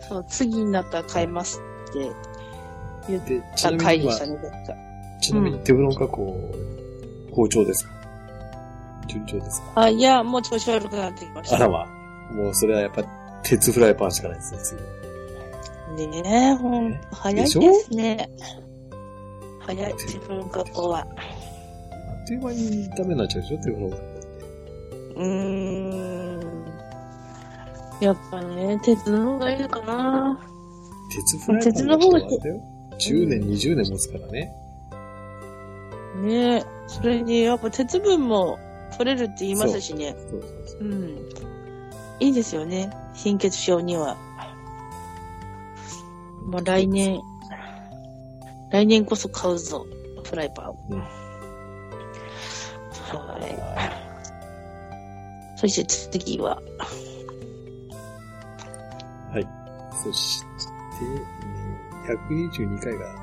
[SPEAKER 1] そう、次になったら買いますって言っ
[SPEAKER 2] で、 ち
[SPEAKER 1] た
[SPEAKER 2] なみ
[SPEAKER 1] 回
[SPEAKER 2] に、
[SPEAKER 1] で
[SPEAKER 2] ま
[SPEAKER 1] した
[SPEAKER 2] あ
[SPEAKER 1] ね、確か。
[SPEAKER 2] ちなみにテフロン加工、好調ですか順調ですか
[SPEAKER 1] あ、いや、もう調子悪くなってきまし
[SPEAKER 2] あら
[SPEAKER 1] た。
[SPEAKER 2] ま、もうそれはやっぱ、鉄フライパンしかないですね、次。
[SPEAKER 1] ねえ、ほん
[SPEAKER 2] ね、
[SPEAKER 1] 早い
[SPEAKER 2] でしょ
[SPEAKER 1] ですね。早い、自分がこは。
[SPEAKER 2] あっという間にダメになっちゃうでしょ、テフロン加工って。
[SPEAKER 1] うーん。やっぱね、鉄の方がいいのかな。
[SPEAKER 2] 鉄フライパンの人はあれだよ。
[SPEAKER 1] 鉄の
[SPEAKER 2] 10
[SPEAKER 1] 方が
[SPEAKER 2] 年、20年持つからね。
[SPEAKER 1] ねえ、それに、やっぱ鉄分も取れるって言いますしね。
[SPEAKER 2] そうそうそう。
[SPEAKER 1] うん。いいですよね。貧血症には。まあ来年、来年こそ買うぞ。フライパンを。
[SPEAKER 2] うん
[SPEAKER 1] はい。
[SPEAKER 2] は
[SPEAKER 1] そして次は、
[SPEAKER 2] いそして、えー122回が、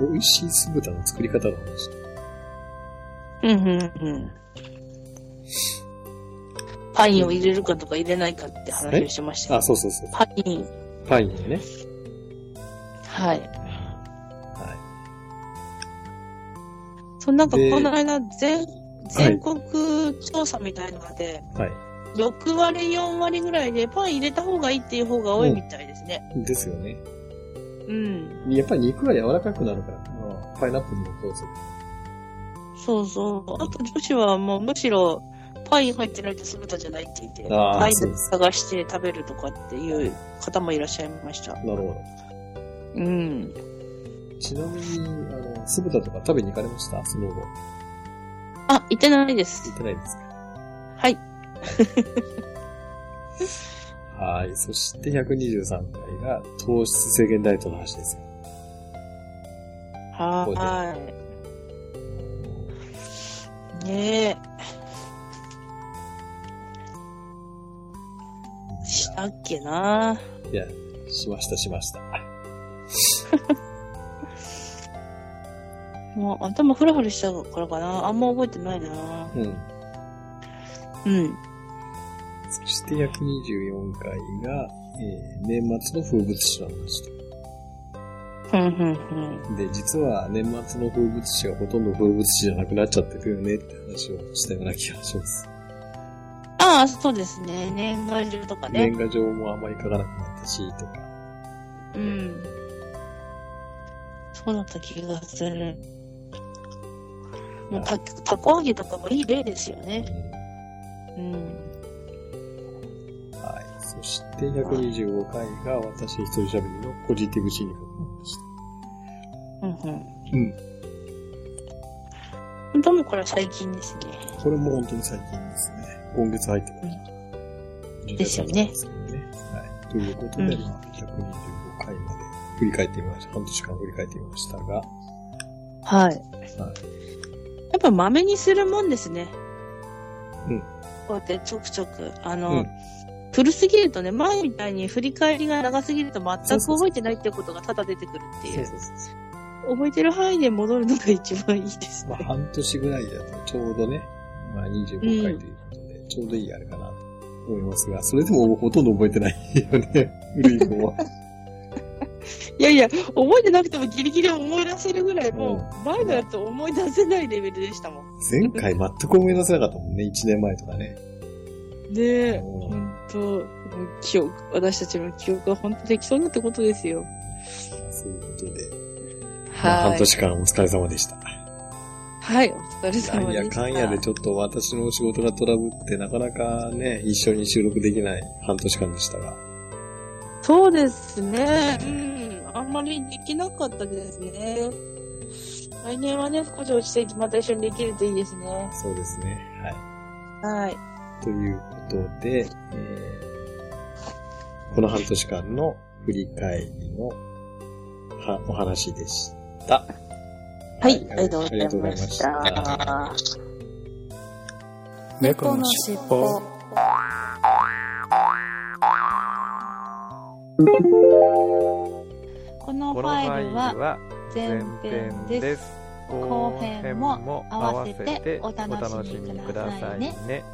[SPEAKER 2] 美味しい酢豚の作り方の話。
[SPEAKER 1] うんうんうん。パインを入れるかとか入れないかって話をしてました
[SPEAKER 2] あ、
[SPEAKER 1] よ。
[SPEAKER 2] そうそうそう。
[SPEAKER 1] パイン。
[SPEAKER 2] パインね。
[SPEAKER 1] はい。
[SPEAKER 2] は
[SPEAKER 1] そう、なんか
[SPEAKER 2] で
[SPEAKER 1] この間、全、全国調査みたいなので、
[SPEAKER 2] い。は
[SPEAKER 1] 6割、4割ぐらいでパン入れた方がいいっていう方が多いみたいですね。
[SPEAKER 2] い。ですよね。
[SPEAKER 1] うん。
[SPEAKER 2] やっぱり肉が柔らかくなるから、まあパイナップルもそうです
[SPEAKER 1] そうそう。あと女子はもうむしろ、パイン入ってないと酢豚じゃないって言って、
[SPEAKER 2] あー
[SPEAKER 1] パイ
[SPEAKER 2] そうで
[SPEAKER 1] ン
[SPEAKER 2] す
[SPEAKER 1] 探して食べるとかっていう方もいらっしゃいました。
[SPEAKER 2] なるほ
[SPEAKER 1] うん。
[SPEAKER 2] ど。ちなみに、あの、酢豚とか食べに行かれましたその後。行
[SPEAKER 1] あ、行ってないです
[SPEAKER 2] っ。てないですか
[SPEAKER 1] はい。
[SPEAKER 2] はい。そして123回が、糖質制限ダイエットの話ですよ。
[SPEAKER 1] はーい。ねえ。したっけない
[SPEAKER 2] や、しました、しました。
[SPEAKER 1] もう頭フラフラしちゃうからかなあんま覚えてないな
[SPEAKER 2] うん。
[SPEAKER 1] うん。
[SPEAKER 2] そして124回が、えー年末の風物詩の話と。
[SPEAKER 1] ふんふんふん。
[SPEAKER 2] で、実は年末の風物詩がほとんど風物詩じゃなくなっちゃってるよねって話をしたような気がします。
[SPEAKER 1] ああ、そうですね。年賀状とか
[SPEAKER 2] 年
[SPEAKER 1] ね。
[SPEAKER 2] 賀状もあまり書かなくなったし、とか。
[SPEAKER 1] うん。そうだった気がする。もうた、たこ揚げとかもいい例ですよね。
[SPEAKER 2] うん
[SPEAKER 1] うん。
[SPEAKER 2] はい。そして125回が私一人喋りのポジティブ心理学の話
[SPEAKER 1] うんうん。
[SPEAKER 2] うん。
[SPEAKER 1] 本当もうこれは最近ですね。
[SPEAKER 2] これも本当に最近ですね。今月入ってから。
[SPEAKER 1] ですよね
[SPEAKER 2] はい。ということで、
[SPEAKER 1] うん
[SPEAKER 2] まあ、125回まで振り返ってみました。半年間振り返ってみましたが、
[SPEAKER 1] はい。やっぱ豆にするもんですね。
[SPEAKER 2] うん
[SPEAKER 1] こうやってちょくちょく。あの、古すぎるとね、前みたいに振り返りが長すぎると全く覚えてないってことがただ出てくるっていう。
[SPEAKER 2] そうそうそう
[SPEAKER 1] 覚えてる範囲で戻るのが一番いいです
[SPEAKER 2] まあ、
[SPEAKER 1] ね。
[SPEAKER 2] 半年ぐらいだとちょうどね、まあ、25回ということで、ちょうどいいあれかなと思いますが、それでもほとんど覚えてないよね、古い 子は。
[SPEAKER 1] いやいや、覚えてなくてもギリギリ思い出せるぐらい、も
[SPEAKER 2] う
[SPEAKER 1] う前のやつ思い出せないレベルでしたもん。
[SPEAKER 2] 前回全く思い出せなかったもんね、1年前とかね。
[SPEAKER 1] ねえ、
[SPEAKER 2] うん
[SPEAKER 1] ほんと、もう記憶、私たちの記憶は本当できそうになってことですよ。
[SPEAKER 2] そういうことで、まあ
[SPEAKER 1] は
[SPEAKER 2] 半
[SPEAKER 1] い。
[SPEAKER 2] 年間お疲れ様でした。
[SPEAKER 1] はい、お疲れ様でした。
[SPEAKER 2] なんやかんやでちょっと私の仕事がトラブって、なかなかね、一緒に収録できない半年間でしたが。
[SPEAKER 1] そうですね。うん。あんまりできなかったですね。来年はね、少し落ち着いてまた一緒にできるといいですね。
[SPEAKER 2] そうですね。はい。
[SPEAKER 1] はい。
[SPEAKER 2] ということで、えーこの半年間の振り返りのはお話でした。
[SPEAKER 1] はい、ありがとうございまし
[SPEAKER 2] ありがとうございました
[SPEAKER 1] た。
[SPEAKER 7] 猫のしっぽ。
[SPEAKER 8] このフ
[SPEAKER 3] このフ
[SPEAKER 8] ァイ
[SPEAKER 3] ァイル
[SPEAKER 8] ルは
[SPEAKER 3] は
[SPEAKER 8] 前
[SPEAKER 3] 前
[SPEAKER 8] 編
[SPEAKER 3] 編
[SPEAKER 8] で
[SPEAKER 3] ですす。後編も合わせてお楽しみくださいね。